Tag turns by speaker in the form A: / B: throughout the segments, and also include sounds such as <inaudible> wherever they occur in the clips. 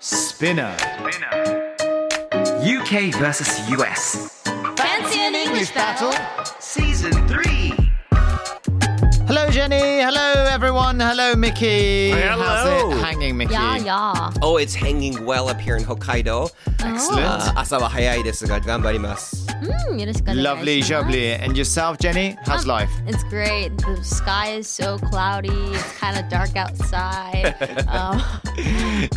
A: Spinner.
B: UK versus US.
C: Fancy an English battle?
B: Season 3.
A: Hello, Jenny. Hello, everyone. Hello, Mickey.
D: Hello.
A: How's it hanging, Mickey?
C: Yeah, yeah.
E: Oh, it's hanging well up here in Hokkaido.
A: Excellent.
E: あ朝は早いですが頑張ります。
C: Mm, よろしくお願いします
A: Lovely, jubbly. And yourself, Jenny? How's life?
C: It's great. The sky is so cloudy. It's kind of dark outside. um,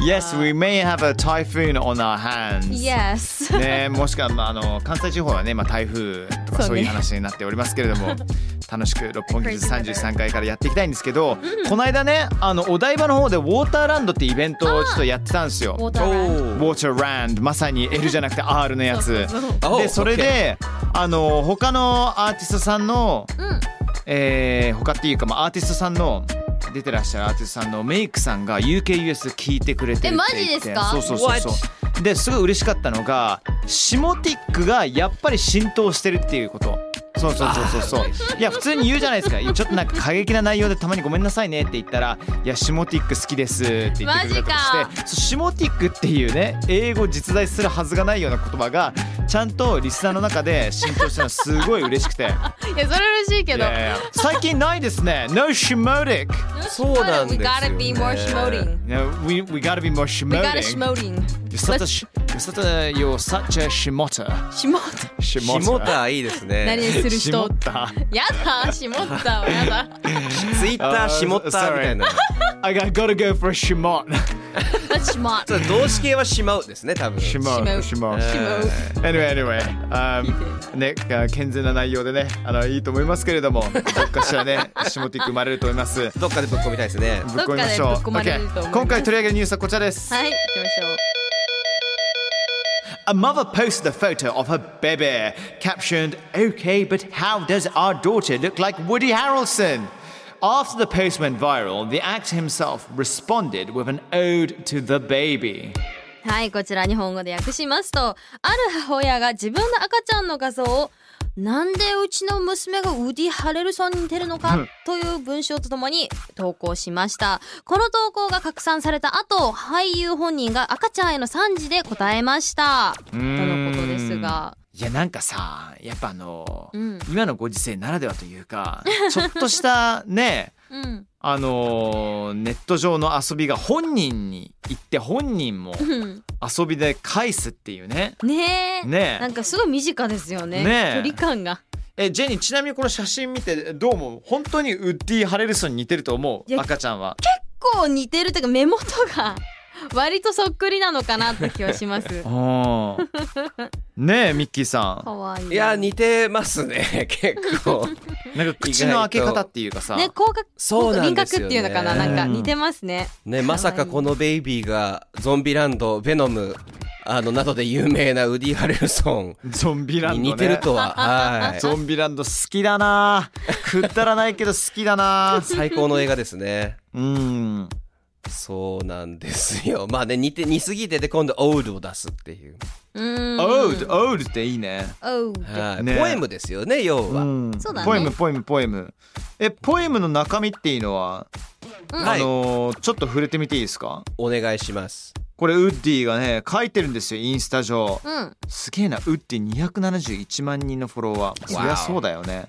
A: Yes, we may have a typhoon on our hands.
C: yes. <laughs>
A: <laughs> ね、もしくは、まあ、あの関西地方はね、まあ、台風とか
C: そ
A: そうう
C: ね
A: いう話になっておりますけれども、楽しく六本木ヒルズ33階からやっていきたいんですけど、この間ねあのお台場の方でウォーターランドってイベントをちょっとやってたんですよ。
C: ウォー
E: Oh.
C: ターランド
A: ウォーターランドまさに L じゃなくて R のやつ
C: そうそう
E: そう
A: で
E: Oh,
A: それで、あの他のアーティストさんの、
C: ん
A: えー他っていうか、まあ、アーティストさんの出てらっしゃるアーティストさんのメイクさんが UKUS 聞いてくれてるって言って
C: えマジですか
A: そうそうそうそうですごい嬉しかったのがシモティックがやっぱり浸透してるっていうことそうそうそうそうそういや普通に言うじゃないですかいやちょっとなんか過激な内容でたまにごめんなさいねって言ったらいやシモティック好きですって言ってくれた
C: マ
A: り
C: ジ
A: し
C: か
A: てそうシモティックっていうね英語実在するはずがないような言葉がちゃんとリスナーの中で浸透したのすごい嬉しくて
C: いやそれ嬉し <laughs> いけ
A: い
C: ど。
A: やいや最近ないですね No shimotic
E: そうなんですよね
C: We gotta be more shmoting.
A: No, we, we gotta be more
C: We gotta
A: shimotic
C: shmoting.
A: You're such a, sh- you're such a, you're such a shimoter
C: しも
E: 下田いいです
C: 何
E: ね。
C: する人
A: shimoter
C: やだ、しもったわ、やだ。
E: ツイッター下田みた
A: <laughs>
E: いな。
A: I got- gotta go for a shimot
C: しもっ
E: <laughs> そ。う動詞形はしまうですね多分。
A: shimot
C: Shimot
A: shimot
C: しも
A: Anyway, anyway, um, ね、あ健全な内容でね、あのいいと思いますけれども、どっかしら <laughs> ね、下ティック生まれると思います。
E: どっかでぶっ込みたいですね。
A: ぶっ込みましょう。
C: どっかでぶっ込まれると思います
A: OK 今回取り上げるニュースはこちらです。
C: はい、行きましょう。
A: A mother posted a photo of her baby, captioned, Okay, but how does our daughter look like Woody Harrelson? After the post went viral, the actor himself responded with an ode to the baby.
C: はい、こちら日本語で訳しますと、ある母親が自分の赤ちゃんの画像をなんでうちの娘がウディ・ハレルソンに似てるのかという文章とともに投稿しました。この投稿が拡散された後、俳優本人が赤ちゃんへの賛辞で答えました。とのことですが。
A: いやなんかさやっぱあの、
C: うん
A: 今のご時世ならではという <laughs> かちょっとしたね
C: うん。 <laughs>
A: あのネット上の遊びが本人に行って本
C: <laughs>
A: 人も
C: うん
A: 遊びで返すっていうね
C: ねえ。
A: ねえ
C: なんかすごい身近ですよね。
A: ねえ
C: 距離感が。
A: えジェニーちなみにこの写真見てどう思う本当にウッディ・ハレルソンに似てると思
C: いうや
A: 赤ちゃんは
C: 結構似てるというか目元が割とそっくりなのかなって気はします。
A: <laughs>
C: <laughs>
A: あーねえミッキーさ
C: かわいい。
E: いや似てますね <laughs> 結構。
A: んなんか口の開け方っていうかさ、
C: ね、口角、
E: そうなんです
C: 輪郭
E: よね
C: っていうのかな、なんか似てますね。
E: ねまさかこのベイビーがゾンビランドベノムあのなどで有名なウディハレルソン
A: ゾンビラン
E: に
A: ド、ね、
E: 似てるとは
A: <laughs>
E: はい。
A: ゾンビランド好きだ
C: <laughs>
A: なくだらないけど好きだな
E: 最高の映画ですね。
A: うん
E: そうなんですよ。まあね、似て、似すぎてで、今度、オールを出すっていう。
C: うーん。
A: オールオールっていいね。
C: おう。
E: はい。
A: ね
E: ポエムですよね、要は。
C: そうだね
A: ポエムポエムポエム。えポエムの中身っていうのは、
E: は
A: あ
E: い。
A: のーちょっと触れてみていいですか。
E: お願いします。
A: これウッディがね書いてるんですよインスタ上。
C: うん。
A: すげえなウッディ271万人のフォロワー。そりゃそうだよね。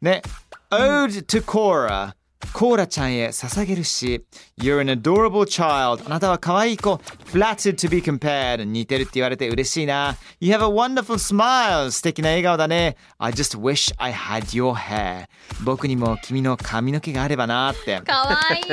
A: ね。Ode to Cora コーラちゃんへ捧げるし You're an adorable child あなたは可愛い子 Flattered to be compared 似てるって言われて嬉しいな You have a wonderful smile 素敵な笑顔だね I just wish I had your hair 僕にも君の髪の毛があればなって
C: かわいい。
A: い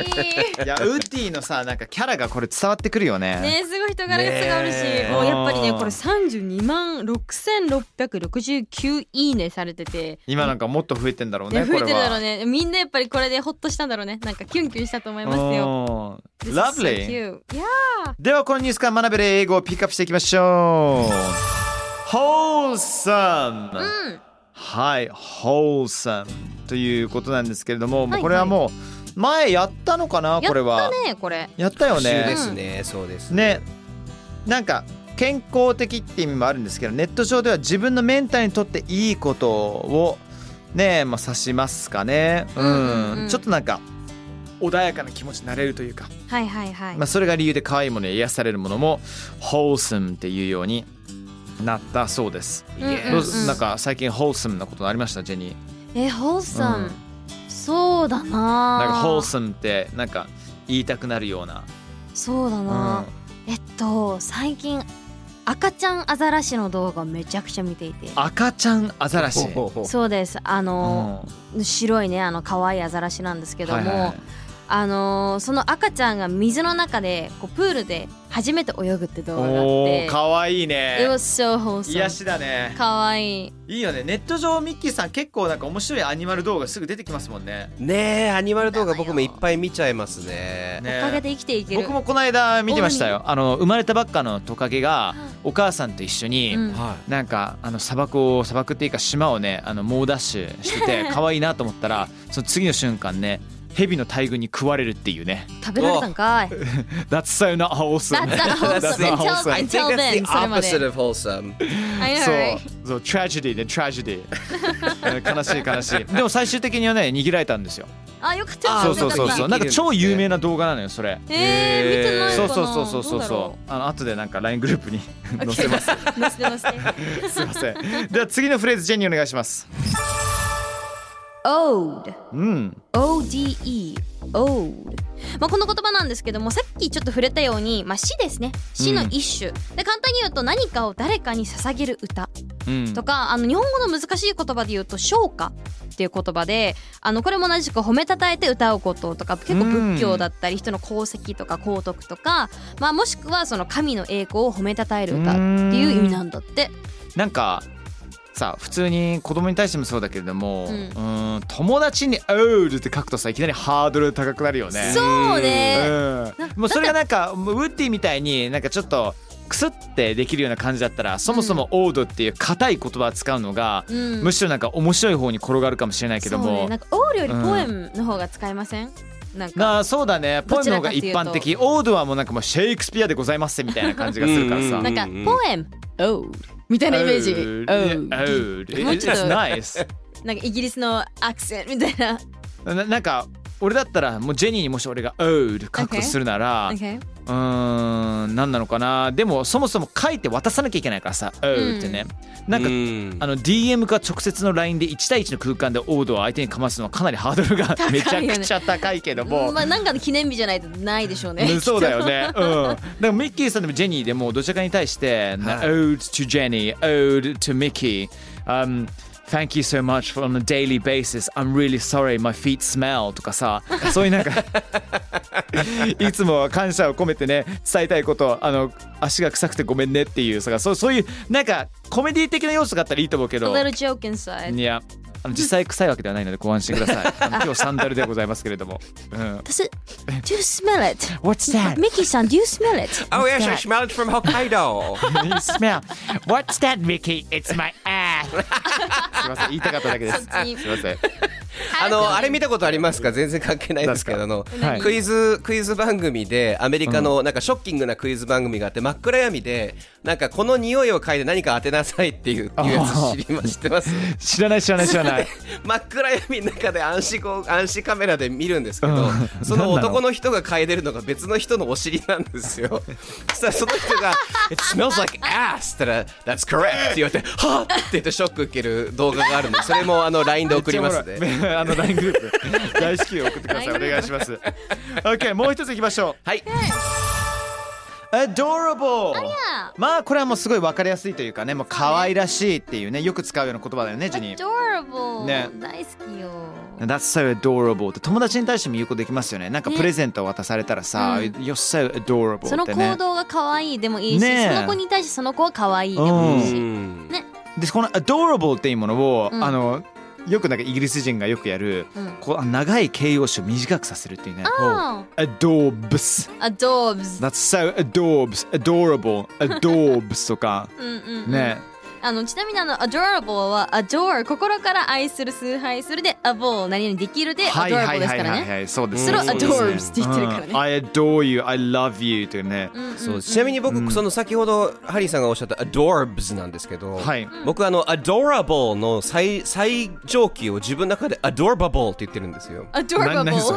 A: やウッディのさなんかキャラがこれ伝わってくるよね
C: ねすごい人柄がすごい嬉しい、
E: ねえ
C: もうやっぱりねこれ32万6669いいねされてて
A: 今なんかもっと増えてんだろう
C: いや
A: ねこ
C: 増え
A: れ
C: てるだろ
A: は
C: うねみんなやっぱりこれでホッとしたんだろうねなんかキュンキュンしたと思いますよ
A: よ
C: This is so
A: Lovely
C: cute. Yeah
A: ではこのニュースから学べる英語をピックアップしていきましょう Wholesome、
C: うん
A: はい Wholesome ということなんですけれども、も
C: はいは
A: う
C: い
A: これはもう前やったのかなこれ
C: や
A: は
C: ったねこれ
A: やったよ
E: 週
A: ね
E: ですね、そうです
A: ねなんか健康的って意味もあるんですけどネット上では自分のメンタルにとっていいことをねまあ、指しますかね、うん
C: うんうん
A: ちょっとなんか穏やかな気持ちになれるというか、
C: はいはいはい、
A: まあ、それが理由で可愛いものや癒されるものも wholesome っていうようになったそうです、
C: うんうんうん
A: どうぞなんか最近 wholesome なことありましたジェニー
C: え、ホーサ
A: うん
C: ム。そうだな。
A: なんか wholesome ってなんか言いたくなるような、
C: そうだな。えっと、最近。赤ちゃんアザラシの動画をめちゃくちゃ見ていて。
A: 赤ちゃんアザラシ
E: ほうほうほう
C: そうです。あの、
A: うん
C: 白いね、あの可愛いアザラシなんですけども。
A: はいはいはい
C: あのその赤ちゃんが水の中でこうプールで初めて泳ぐって動画があっ
A: お
C: て
A: ーかわいい
C: It
A: ね
C: was so wholesome
A: 癒しだね
C: かわいい
A: いいよねネット上ミッキーさん結構なんか面白いアニマル動画すぐ出てきますもんね
E: ねえ、アニマル動画僕もいっぱい見ちゃいますね。
C: おかげで生きていける
A: 僕もこの間見てましたよあの生まれたばっかのトカゲがお母さんと一緒に、
C: うん
E: は
A: なんかあの砂漠を砂漠っていうか島をねあの猛ダッシュして <laughs> て可愛いなと思ったらその次の瞬間ね蛇の大群に食われるっていうね
C: 食べられたんか
A: <laughs>
C: い
A: That's so not wholesome
C: That's not
A: <laughs>
C: wholesome.
A: That's not
C: Tell-
A: wholesome.
C: I
E: I think
C: tell
E: that's the
C: them それまで
E: opposite of wholesome.
C: I know,
A: そう
C: right?
A: そう tragedy ね tragedy 悲しい悲し <laughs> いでも最終的にはね逃げられたんですよ
C: あよかった
E: あ
A: そ
C: よ
A: う
C: か
A: そ
C: っ
A: う
C: た
A: そうそうなんか超有名な動画なのよそれ
C: えー、見てない
A: そ
C: の
A: う
C: か
A: そ
C: な
A: うそうそうそう
C: ど
A: そうあの後でなんか LINE グループに <laughs> 載せます
C: うだろ <laughs> う見せてますね
A: すいませんでは次のフレーズジェニーお願いします
C: Ode
A: うん
C: ODE Ode まあこの言葉なんですけどもさっきちょっと触れたように、まあ、詩ですね詩の一種、で簡単に言うと何かを誰かに捧げる歌
A: うん
C: とかあの日本語の難しい言葉で言うと「唱歌」っていう言葉であのこれも同じく褒めたたえて歌うこととか結構仏教だったり人の功績とか功徳とか、まあ、もしくはその神の栄光を褒めたたえる歌っていう意味なんだって。
A: なんかさ普通に子供に対してもそうだけれども、う
C: うん
A: ーん友達に「オール」って書くとさいきなりハードル高くなるよね
C: そうね
A: うん、もうそれがなんかもうウッディみたいになんかちょっとクスってできるような感じだったらそもそも「オード」っていう硬い言葉を使うのが、
C: うん
A: むしろなんか面白い方に転がるかもしれないけど
C: そうね
A: も、
C: なんかオールよりポエムの方が使えません、なんか
A: なあそうだねポエムの方が
C: どち
A: 一
C: らか
A: 般
C: というと
A: 的オードはもうなんかもうシェイクスピアでございますみたいな感じがするからさ
E: うん
C: なんか
E: うん
C: ポエムオールみたいなイメージオ
A: オ
C: ール
A: ール
C: もう
A: It's
C: ちょっと
A: nice
C: なんかイギリスのアクセントみたいな
A: ななんか俺だったらもうジェニーにもし俺が「オール」書くとするなら、
C: Okay
A: うーん何なのかなでもそもそも書いて渡さなきゃいけないからさ「オール」ってね、なんか
E: うん
A: あの DM か直接の LINE で1対1の空間でオードを相手にかますのはかなりハードルが <laughs> めちゃくちゃ高いけども、
C: まあなんかの記念日じゃないとないでしょうね
A: うんそうだよね。うん。だからミッキーさんでもジェニーでもどちらかに対して、な Ode to Jenny, Ode to Mickey, um, Thank you so much for on a daily basis. I'm really sorry my feet smell とかさ、そういうなんかいつもは感謝を込めてね伝えたいことあの足が臭くてごめんねっていうさそうそういうなんかコメディ的な要素があったらいいと思うけど
C: A。little joke inside
A: いやあの実際臭いわけではないのでご安心ください。あの今日サンダルでございますけれども。うん、
C: 私 Do you smell it?
A: What's that?
C: ミキさん Do you smell
A: <laughs>
C: it?
E: Oh yes, I smell it from Hokkaido.
A: You smell. What's that, Mickey? It's my ass. <laughs> すみません、言いたかっただけです。す
C: そっちに
A: みません。
E: <laughs> あのあれ見たことありますか全然関係ないんですけどあの
A: 何
E: クイズクイズ番組でアメリカのなんかショッキングなクイズ番組があって真っ暗闇でなんかこの匂いを嗅いで何か当てなさいっていういうやつ知りま知ってます
A: 知らない、知らない、知らない。
E: <laughs> 真っ暗闇の中で暗視こう暗視カメラで見るんですけど、
A: うん
E: そ
A: 何
E: の
A: なの
E: 男の人が嗅いでるのが別の人のお尻なんで
A: <laughs>
E: すよ。そしたらその人が「It smells like ass」って言ったら「That's correct」って言われて「はっ!」って言ってショック受ける動画があるんでそれもあの LINE で送りますね。
A: ね。あのライングループ、大至急送ってください。お願いします。OK、もう一ついきましょ
E: はい、
A: う。Adorable。まあこれはもうすごいわかりやすいというかね、もう可愛らしいっていうね、よく使うような言葉だよね、ジェニー。
C: Adorable
A: ね
C: 大好きよ
A: That's so adorable って友達に対しても有効できますよね。なんかプレゼントを渡されたらさ、
C: うん
A: You're so adorable ってね。
C: その行動が可愛いでもいいし、
A: ねえ
C: その子に対してその子は可愛いでもいいし、
E: うん
A: でこの adorable っていうものを、
C: うん
A: あのよくなんかイギリス人がよくやる、
C: うん
A: こうあ長い形容詞を短くさせるっていうね。
C: あ
A: Adobes
C: あ、ドーブズ。
A: That's so adobes Adorable Adobes とか
C: うんうんうん、
A: ね
C: あのちなみにあの adorable は adore 心から愛する崇拝するで avo 何々できるで
A: はいは
C: adorable
A: い
C: です
A: は
C: か
A: い
C: ら
A: はい
C: ね
A: はいそうです
C: それを
A: そうですね
C: adorbs って言ってるからね
A: うん I adore you I love you というね
C: うんうん
E: そうちなみに僕、その先ほどハリーさんがおっしゃった adorbs なんですけど、
A: はい
E: 僕あの adorable の最最上級を自分の中で adorable って言ってるんですよ。
A: な何
C: adorable
A: そ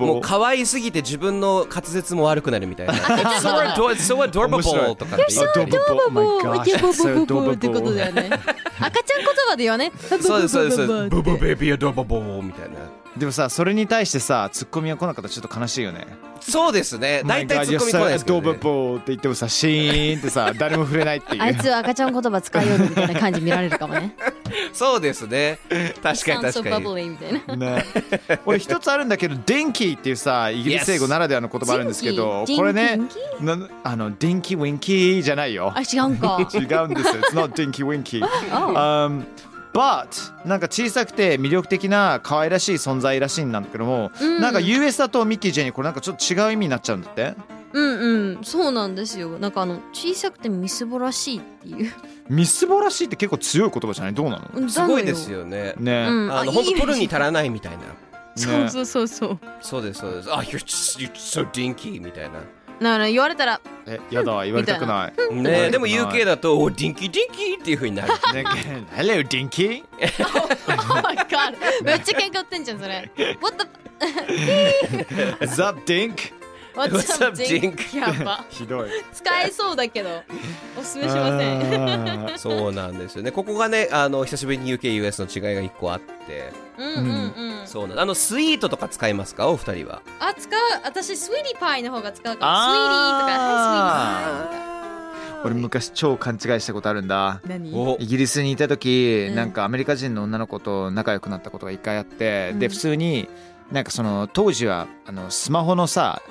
A: れ
E: もう
A: Adorable
E: 可愛すぎて自分の滑舌も悪くなるみ <laughs> たいな。It's so, ador- it's so
A: 面白
E: adorable
A: い
E: とかって言ってる。
A: Oh my
C: adorable
A: gosh,
C: いや
A: that's
C: ボ
A: so
C: ボボボってことだ
A: adorable
C: よ
A: <laughs>
C: ね赤ちゃん言葉でよね
E: そうですそうで
C: ボ
E: す。ブ
C: ボ
E: ブ
C: ボボ
E: ベビー adorable みたいな。
A: でもさそれに対してさツッコミが来なかったらちょっと悲しいよね
E: そうですね。大体ツッコミ来ないですけど、ね。
A: Adorable って言ってもさシーンってさ誰も触れないっていう
C: あいつは赤ちゃん言葉使いようみたいな感じ見られるかも
A: <laughs>
C: ね
E: そうですね。確かに
C: Sounds so
E: 確かに。
C: bubbly みたいな
A: ね、俺一つあるんだけど「電気」っていうさイギリス英語ならではの言葉あるんですけど
C: Yes.
A: これね
C: Dinky,
A: なあの「電気ウィンキー」じゃないよ
C: あ違うん
A: <laughs>
C: か
A: 違うんですよ「It's not dinky winky」um, But なんか小さくて魅力的な可愛らしい存在らしいんだけども、
C: ん
A: なんか US だとミッキー・ジェニーこれなんかちょっと違う意味になっちゃうんだって
C: うんうんそうなんですよなんかあの小さくてみすぼらしいっていう
A: みすぼらしいって結構強い言葉じゃないどうなの
E: すごいですよね。
A: ね、
C: うん
E: あの
C: あ
E: 本
C: いい
E: 当
C: 意味
E: 取るに足らないみたいな。
C: そうそうそうそう
E: そうですそうです。あ、you're just- you're so dinky みた <laughs> いな。
C: だから言われたら
A: えやだ言われたくない
E: ね
A: うん
E: でも UK だと、お、ディンキディンキっていうふうになる。
A: ね Hello dinky
C: <laughs> Oh my god めっちゃ喧嘩売ってんじゃんそ
A: <laughs>
C: れ What the
A: What's up dink
C: What's
E: What's
C: up
E: up,
C: Jink? やば
A: ひどい
C: 使えそうだけどおすすめしません
A: ん
E: そうなんですよね。ここがね、あの、久しぶりに UKUS の違いが一個あって。
C: うんうんうん
E: そうなんあの、スイートとか使いますかお二人は。
C: あ使う私スイーリーパイの方が使うか
A: あ
C: らスイーリーとかはいスイーリーパイ
A: 俺昔超勘違いしたことあるんだ
E: お
A: イギリスにいた時、
C: うん
A: なんかアメリカ人の女の子と仲良くなったことが一回あって、
C: うん
A: で普通になんかその当時はあのスマホのさ、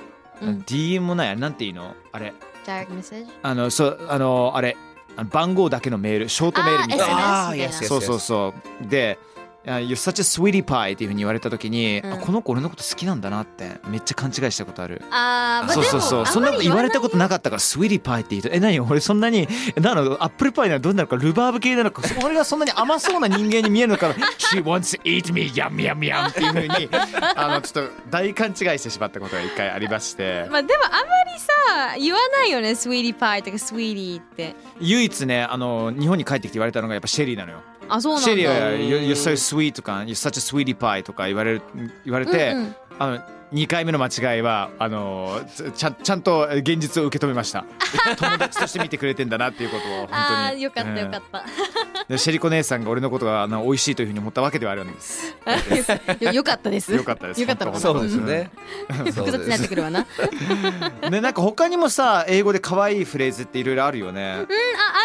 C: うん
A: DM もないあれなんていうのあれ
C: ダイレクトメッセージ
A: あのそうあのあれあの番号だけのメールショートメールみたいな
C: あー SNS
E: あー
C: みたいな
E: yes, yes.
A: そうそうそうで「あ You're such a sweetie pie」っていうふうに言われた時に、
C: うん
A: あこの子俺のこと好きなんだなってめっちゃ勘違いしたことある。
C: あーまあ
A: そうそう
C: で
A: そ
C: も
A: うそんなこと言われたこと
C: い
A: なかったからスウィリパイって言うとえ何俺そんなにえなのアップルパイなのどんなのかルバーブ系なのかそ俺がそんなに甘そうな人間に見える
C: <laughs>
A: のか She wants to eat me yum yum yum っていうふうにあのちょっと大勘違いしてしまったことが一回ありまして
C: まあでもあまりさ言わないよねスイーリーパイとかスイーリーって
A: 唯一ねあの日本に帰ってきて言われたのがやっぱシェリーなのよ
C: あそうなんだ
A: シェリーは「You're you're so sweet」とか「You're such a sweetie pie」とか言われる言われて、
C: うんうん
A: あの2回目の間違いはあのちちゃんちゃんと現実を受け止め
C: <laughs>
A: ました友達として見てくれてんだなっていうことを本当に
C: あーよかったよか
A: っ
C: った <laughs>
A: た、でシェリコ姉さんが俺のことがあの美味しいというふうに思ったわけではあるんです
C: よよかったです。
A: よかったです
C: よかったのかな
E: そうですね。
C: 複雑になってくるわな。うん、
A: ねなんか他にもさ英語で可愛いフレーズっていろいろあるよね、
C: あ、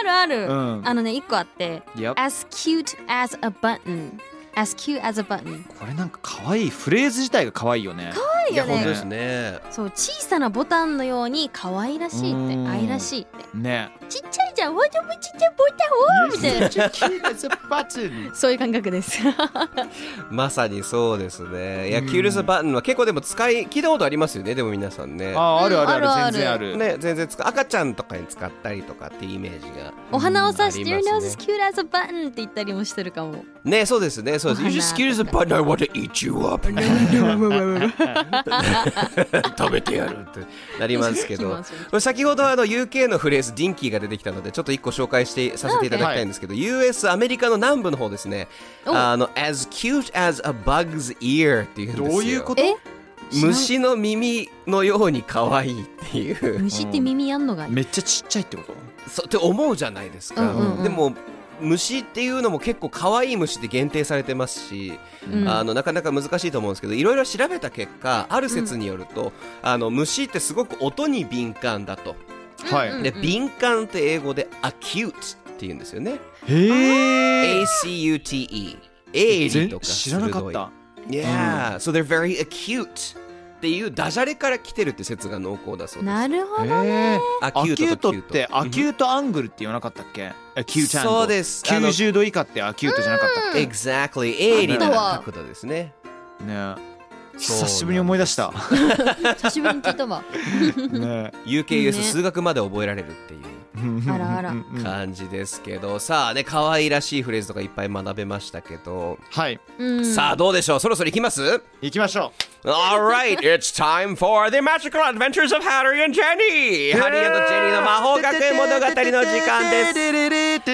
C: あるある。
A: うん
C: あのね、一個あって。
A: Yep
C: as cute as a button。as cute as a button。
A: これなんか可愛いフレーズ自体が可愛いよね
E: いや、
C: ね
E: 本当ですね。
C: そう、小さなボタンのように可愛らしいっ
A: うん
C: て、愛らしいって。
A: ね
C: ちっちゃいじゃん、ほんともちっちゃいボタンをみたいな。 <laughs> そういう感覚です。
E: まさにそうですね。いや、キュールズバトンは結構でも使い、聞いたことありますよね、でも皆さんね。
A: あーあるあるある
C: うんあるある
A: 全然ある、
E: ね、全然使う赤ちゃんとかに使ったりとかっていうイメージが。
C: お花をさして、
E: あ
C: your
E: りま
C: nose
E: す
C: is cute as a button って言ったりもしてるか
E: <laughs>
C: も。
E: ね、そうですね、そうです。
C: お
E: You
C: 花
E: just cute as a button, I want to eat you up. 食べてやるってなりますけ
C: き
E: ど
C: ますよ
E: 先ほどあの UK のフレーズ「ディンキー」が出てきたのでちょっと一個紹介してさせていただきたいんですけど US アメリカの南部の方ですね
C: お
E: あの「as cute as a bug's ear」っていうんですよ
A: どういうこと
C: え
E: 虫の耳のように可愛いっていう
C: 虫って耳やんのがいい。
A: めっちゃちっちゃいってこと
E: そうって思うじゃないですか、
C: うんうんうん
E: でも虫っていうのも結構可愛い虫って限定されてますし、
C: うん
E: あのなかなか難しいと思うんですけどいろいろ調べた結果ある説によると、あの虫ってすごく音に敏感だと
A: はい、
C: うん
E: で敏感って英語で acute って言うんですよね、
A: へえ
E: acute 鋭利とか
A: 知らなかっ
E: 鋭い
A: た
E: Yeah, so they're very acute. っていうダジャレから来てるって説が濃厚だそうです。
C: なるほどね、
A: え
E: ア
A: アキュート
E: と
A: っ
E: キュート
A: てアキュートアングルって言わなかったっけアキュートアングル
E: そうですあの
A: 90度以下ってアキュートじゃなかったっ
E: Exactly 鋭利
C: あとは
E: な角度ですね。
A: けねえ久しぶりに思い出した
C: 久しぶりに聞いたわ
A: ね
E: UKUS
C: ね
E: 数学まで覚えられるっていう
C: あらあら
A: うんうん
E: 感じですけど、さあね可愛らしいフレーズとかいっぱい学べましたけど、
A: はい
C: うん
E: さあどうでしょうそろそろ行きます
A: 行きましょ <laughs>
E: Alright, it's time for the magical adventures of Harry and Jenny! ハリーとジェニーの魔法学園物語の時間です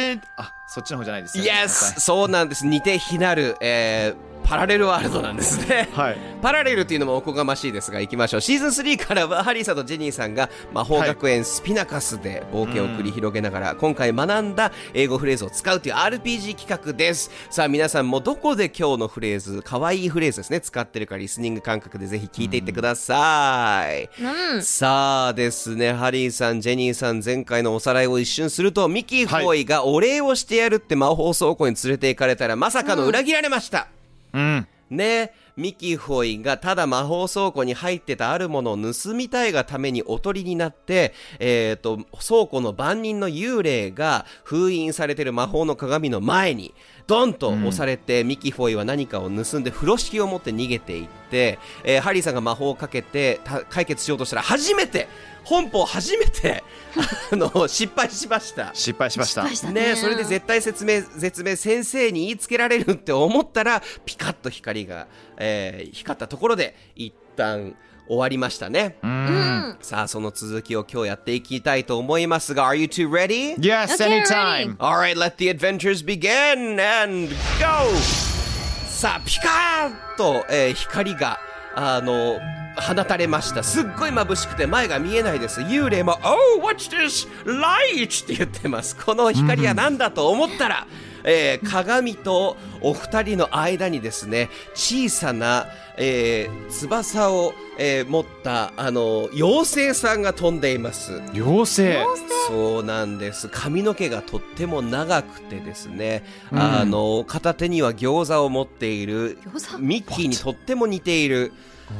A: ですあそっちの方じゃないですね
E: Yes! そうなんです。似て非なる、えーパラレルワールドなんですね。
A: はい
E: パラレルっていうのもおこがましいですが、行きましょう。シーズン3からは、ハリーさんとジェニーさんが魔法学園スピナカスで冒険を繰り広げながら、今回学んだ英語フレーズを使うという RPG 企画です。さあ、皆さんもどこで今日のフレーズ、可愛いフレーズですね、使ってるかリスニング感覚でぜひ聞いていってください。
C: うん
E: さあですね、ハリーさん、ジェニーさん、前回のおさらいを一瞬すると、ミキー・フ
A: はい
E: ォイがお礼をしてやるって魔法倉庫に連れて行かれたら、まさかの裏切られました。
A: うん
E: ねミキホイがただ魔法倉庫に入ってたあるものを盗みたいがためにおとりになって、えっ、と、倉庫の番人の幽霊が封印されてる魔法の鏡の前に、ドンと押されて、ミキホイは何かを盗んで風呂敷を持って逃げていって、えーハリーさんが魔法をかけてた解決しようとしたら初めて、本邦初めて、あの、失敗しました。
A: 失敗しました
C: 失敗した
E: ね、 <laughs> それで絶対説明絶明先生に言いつけられるって思ったらピカッと光が、えー光ったところで一旦終わりましたね
A: う
C: うんん
E: さあその続きを今日やっていきたいと思いますが Are you two ready?
A: Yes
C: Okay,
A: anytime
E: Alright let the adventures begin and go! さあピカーッと、えー光があの放たれましたすっごい眩しくて前が見えないです幽霊も「Oh what's this light!」って言ってますこの光は何だと思ったら、えー鏡とお二人の間にですね小さな、えー翼を、えー持ったあの妖精さんが飛んでいます
A: 妖精
E: そうなんです髪の毛がとっても長くてですね、あの片手には餃子を持っている
C: 餃子
E: ミッキーにとっても似ている、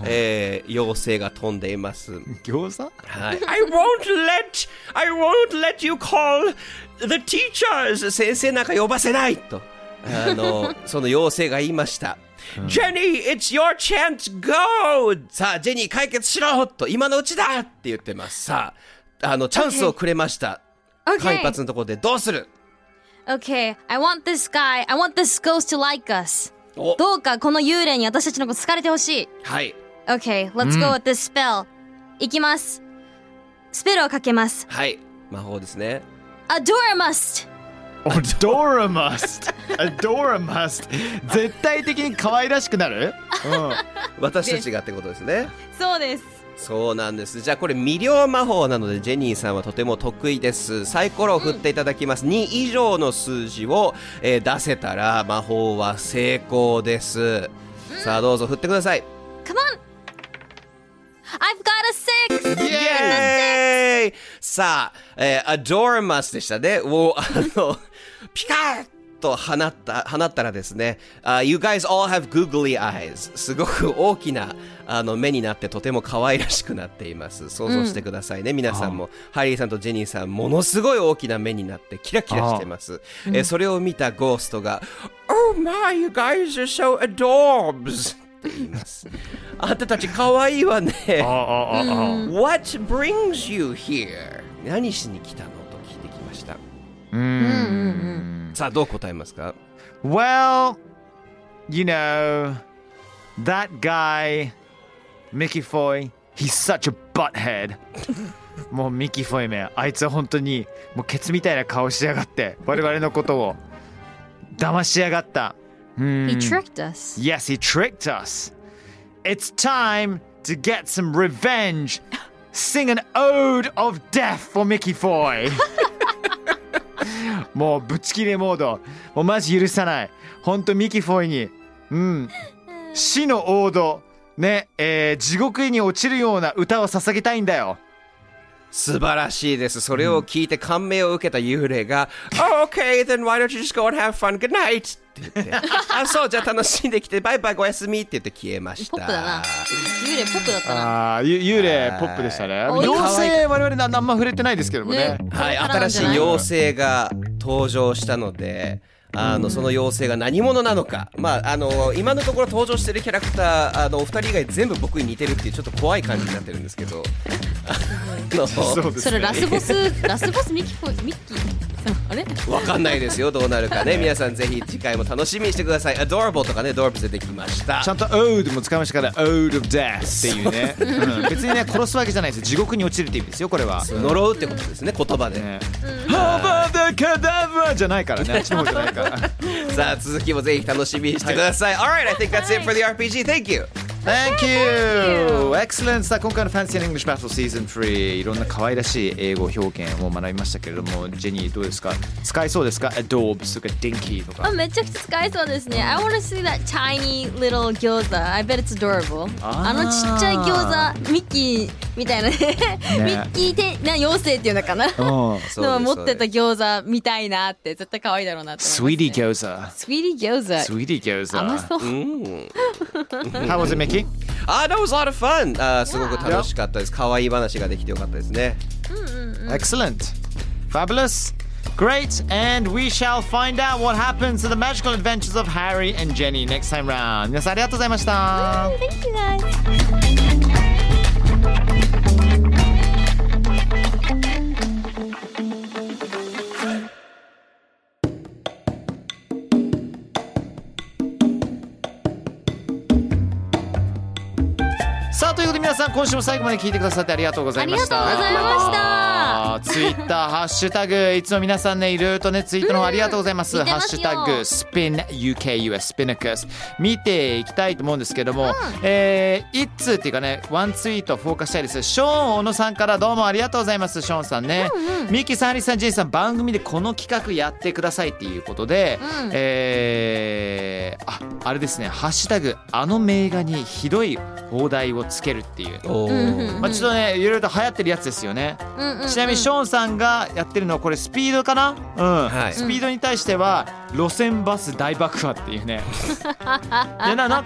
E: えー妖精が飛んでいます。
A: <laughs> 餃子
E: はい、I <laughs> won't let I won't let you call the teachers 先生なんか呼ばせないとあのその妖精が言いました。ジェニー、it's your chance, go! さあ、ジェニー解決しろと今のうちだって言ってます。さあ、あの、チャンスをくれました。
C: Okay.
E: 間一髪のところでどうする
C: Okay, I want this guy, I want this ghost to like us
E: お
C: どうかこの幽霊に私たちのこと好かれてほしい
E: はい。
C: Okay, let's go with this spell いきますスペルをかけます
E: はい。魔法です
C: <laughs>
E: ね。
C: Adore must
A: Adora must Adora must 絶対的に可愛らしくなる
E: 私たちがってことですね。
C: そうです
E: そうなんです。じゃあこれ魅了魔法なのでジェニーさんはとても得意です。サイコロを振っていただきます。2以上の数字を、えー出せたら魔法は成功です。さあどうぞ振ってください。
C: Come on I've got a six
E: イエーイさあ、えー、アドーマスでしたね。もう、あの、ピカッと放った、放ったらですね、あ You guys all have googly eyes. すごく大きなあの目になってとても可愛らしくなっています。想像してくださいね、皆さんも。ハリーさんとジェニーさん、ものすごい大きな目になってキラキラしてます。えーそれを見たゴーストが、Oh my, you guys are so adorbs! って言います。あんたたち可愛いわね。
A: ああああ
E: What brings you here? 何しに来たのと聞いてきました。さあ、どう答えますか
A: Well, you know, that guy, Mickey Foy, he's such a butthead. もうミキフォイめ、あいつは本当にもうケツみたいな顔しやがって、我々のことを騙しやがった。Hmm. うん
C: He tricked us
A: Yes, he tricked us. It's time to get some revenge. Sing an ode of death for Mickey Foy. <laughs> もうぶっちきれモード。もうマジ許さない。ほんとミキフォイに。うん。死の王道。ね、えー地獄に落ちるような歌を捧げたいんだよ。
E: 素晴らしいです。それを聞いて感銘を受けた幽霊が、Oh, okay, then why don't you just go and have fun? Good night! って言って、あ、そう、じゃあ楽しんできて、バイバイ、おやすみって言って消えました。
C: ポップだな幽霊ポップだったな
A: あーゆ幽霊ポップでしたね。
C: おい
A: 妖精我々なあんま触れてないですけどもね
C: ね。
E: はい、
C: これからなん
E: 新
C: じ
E: し
C: ゃ
E: い
C: ない
E: 妖精が登場したので。あのその妖精が何者なのか、まあ、あの今のところ登場してるキャラクターあのお二人以外全部僕に似てるっていうちょっと怖い感じになってるんですけどあの
A: そうです
C: それラスボスラスボスミキコミッキーさんあれ
E: わかんないですよどうなるかね皆さんぜひ次回も楽しみにしてください「Adorable」とかね「Dorb」出てきました
A: ちゃんと Ode も使いましたから Ode of Death っていうね、うん別にね殺すわけじゃないです地獄に落ちるって意味ですよこれは。
E: 呪うってことですね言葉で、
A: ねハーバーダカダブラじゃない <laughs> からねあっちの方じゃないから
E: さあ続きもぜひ楽しみにしてください、Alright I think that's it for the RPG Thank you
A: Thank you! Excellent! さあ今回の Fancy and English Battle Season 3いろんな可愛らしい英語表現を学びましたけれどもジェニーどうですか使えそうですか Adorbs とか Dinky と
C: あ
A: か
C: めちゃくちゃ使えそうですね I wanna see that tiny little gyoza I bet it's adorable
A: あー
C: あのちっちゃい餃子ミッキーみたいなねミッキーてな妖精っていうのかな
A: うん
C: の持ってた餃子みたいなって絶対可愛いだろうなって思います
A: Sweetie Gyoza
C: スウィーディー餃子
A: Sweetie Gyoza
C: 甘そう
A: How was
C: <laughs>
A: it Mickey?
E: Ah, that was a lot of fun. あーすごく楽しかったです。可愛い話ができてよかったですね。
A: Excellent. Fabulous. Great. And we shall find out what happens to the magical adventures of Harry and Jenny next time round. 皆さんありがとうございました。さあということで皆さん今週も最後まで聞いてくださってありがとうございました。
C: ありがとうございました
A: あー。ツイッターハッシュタグいつも皆さんねいろいろとねツイートの方ありがとうございます。
C: 見て
A: ハッ
C: ます
A: シ
C: よ
A: ュタグスピン UKUS スピナクス見ていきたいと思うんですけども、えー一通っていうかねワンツイートフォーカスしたいです。ショーン小野さんからどうもありがとうございますショーンさんね。ミキさんアリさんジェイさん番組でこの企画やってくださいっていうことで、
C: うん
A: えーああれですねハッシュタグあの名画にひどい放題をつけるっていう。
E: お
C: うんうん
E: ー
C: うん
A: まあ、ちょっとねいろいろと流行ってるやつですよね。
C: うんうんうん
A: ちなみにショーンさんがやってるのはこれスピードかな、うん
E: はい
A: スピードに対しては路線バス大爆破ってい
C: <laughs>
A: うねでなな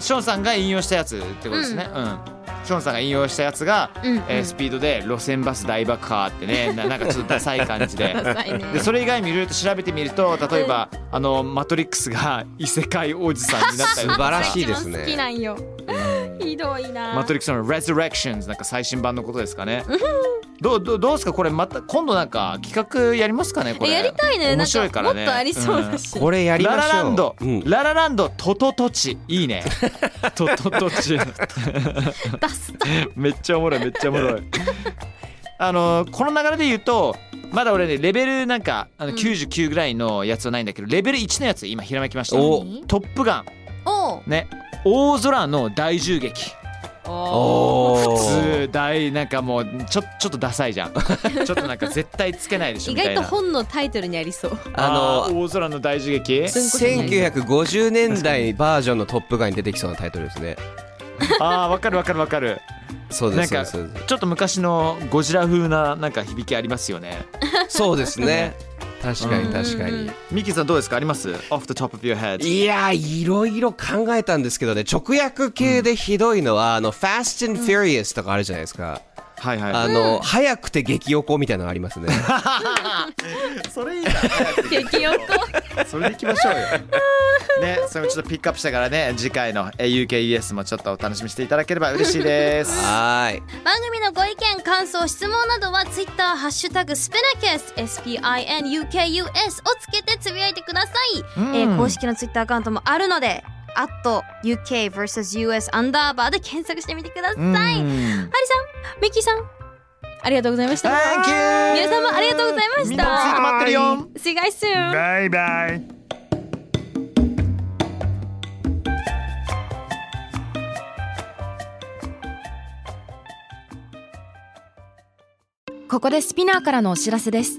A: ショーンさんが引用したやつってことですね、うんショーンさんが引用したやつが、
C: うんうん
A: えースピードで路線バス大爆破ってねななん <laughs> かちょっとダサい感じ
C: <laughs>
A: で
C: ダサいね
A: でそれ以外にいろいろと調べてみると例えば、あのマトリックスが異世界王子さんになったりと
E: 素晴
A: から
E: しいです
C: 一番
E: ね
C: 好きなんよひどいな
A: マトリックスの Resurrections なんか最新版のことですかね。どうどうどうですかこれまた今度なんか企画やりますかねこれ。
C: えやりたいね
A: 面白いからね。
C: なんかもっとありそうだし、
E: これや
A: うん
E: り
A: ラ
E: ま
A: ラ
E: しょう。
A: ランド、
E: うん
A: ララランドトトトチいいねトトトチ
C: 出す
A: <laughs> めっちゃおもろいめっちゃおもろいあのこの流れで言うとまだ俺ねレベルなんかあの
C: うん
A: 99ぐらいのやつはないんだけど、レベル1のやつ今ひらめきました
E: お
A: トップガン
C: おう
A: ね大空の大銃撃
E: おー
A: 普通大なんかもうちょちょっとダサいじゃ
C: <laughs>
A: んちょっとなんか絶対つけないでしょ
C: 意
A: みた
C: 外
A: い
C: と
A: な
C: 本のタイトルにありそう
E: あの
A: ー大空の大樹劇
E: 1950年代バージョンのトップガンに出てきそうなタイトルですね。
A: あーわかるわかるわかる
E: そう
A: な
E: で
A: ん
E: すそう
A: か
E: です
A: ち
E: そうです
A: ょっと昔のゴジラ風ななんか響きありますよね
E: そうですね。確か
A: う
E: に
A: ん
E: 確か
C: うんうん
E: に。
A: ミッキーさんどうですかあります Off the top of your head
E: いやーいろいろ考えたんですけどね直訳系でひどいのは、あの「Fast and Furious」とかあるじゃないですか、
A: はい
E: あ
A: は
E: の、早くて激おこみたいなのあります <laughs> ね
A: いそれいいな
C: 激
A: <laughs>
C: おこ
A: それでいきましょうよ <laughs> ねそれもちょっとピックアップしたからね次回の UKES もちょっとお楽しみにしていただければ嬉しいです
E: はーい
C: 番組のご意見感想質問などはツイッターハッシュタグスピナケス SPINUKUS をつけてつぶやいてください、
A: うん
C: えー公式のツイッターアカウントもあるのでアット UKVSUS アンダーバーで検索してみてください、
A: うん
C: ハリさんミキさんありがとうございました
A: Thank you
C: 皆様ありがとうございました
A: みんなツイート待ってるよ
C: See you guys soon
A: Bye bye.
F: .com ここでスピナーからのお知らせです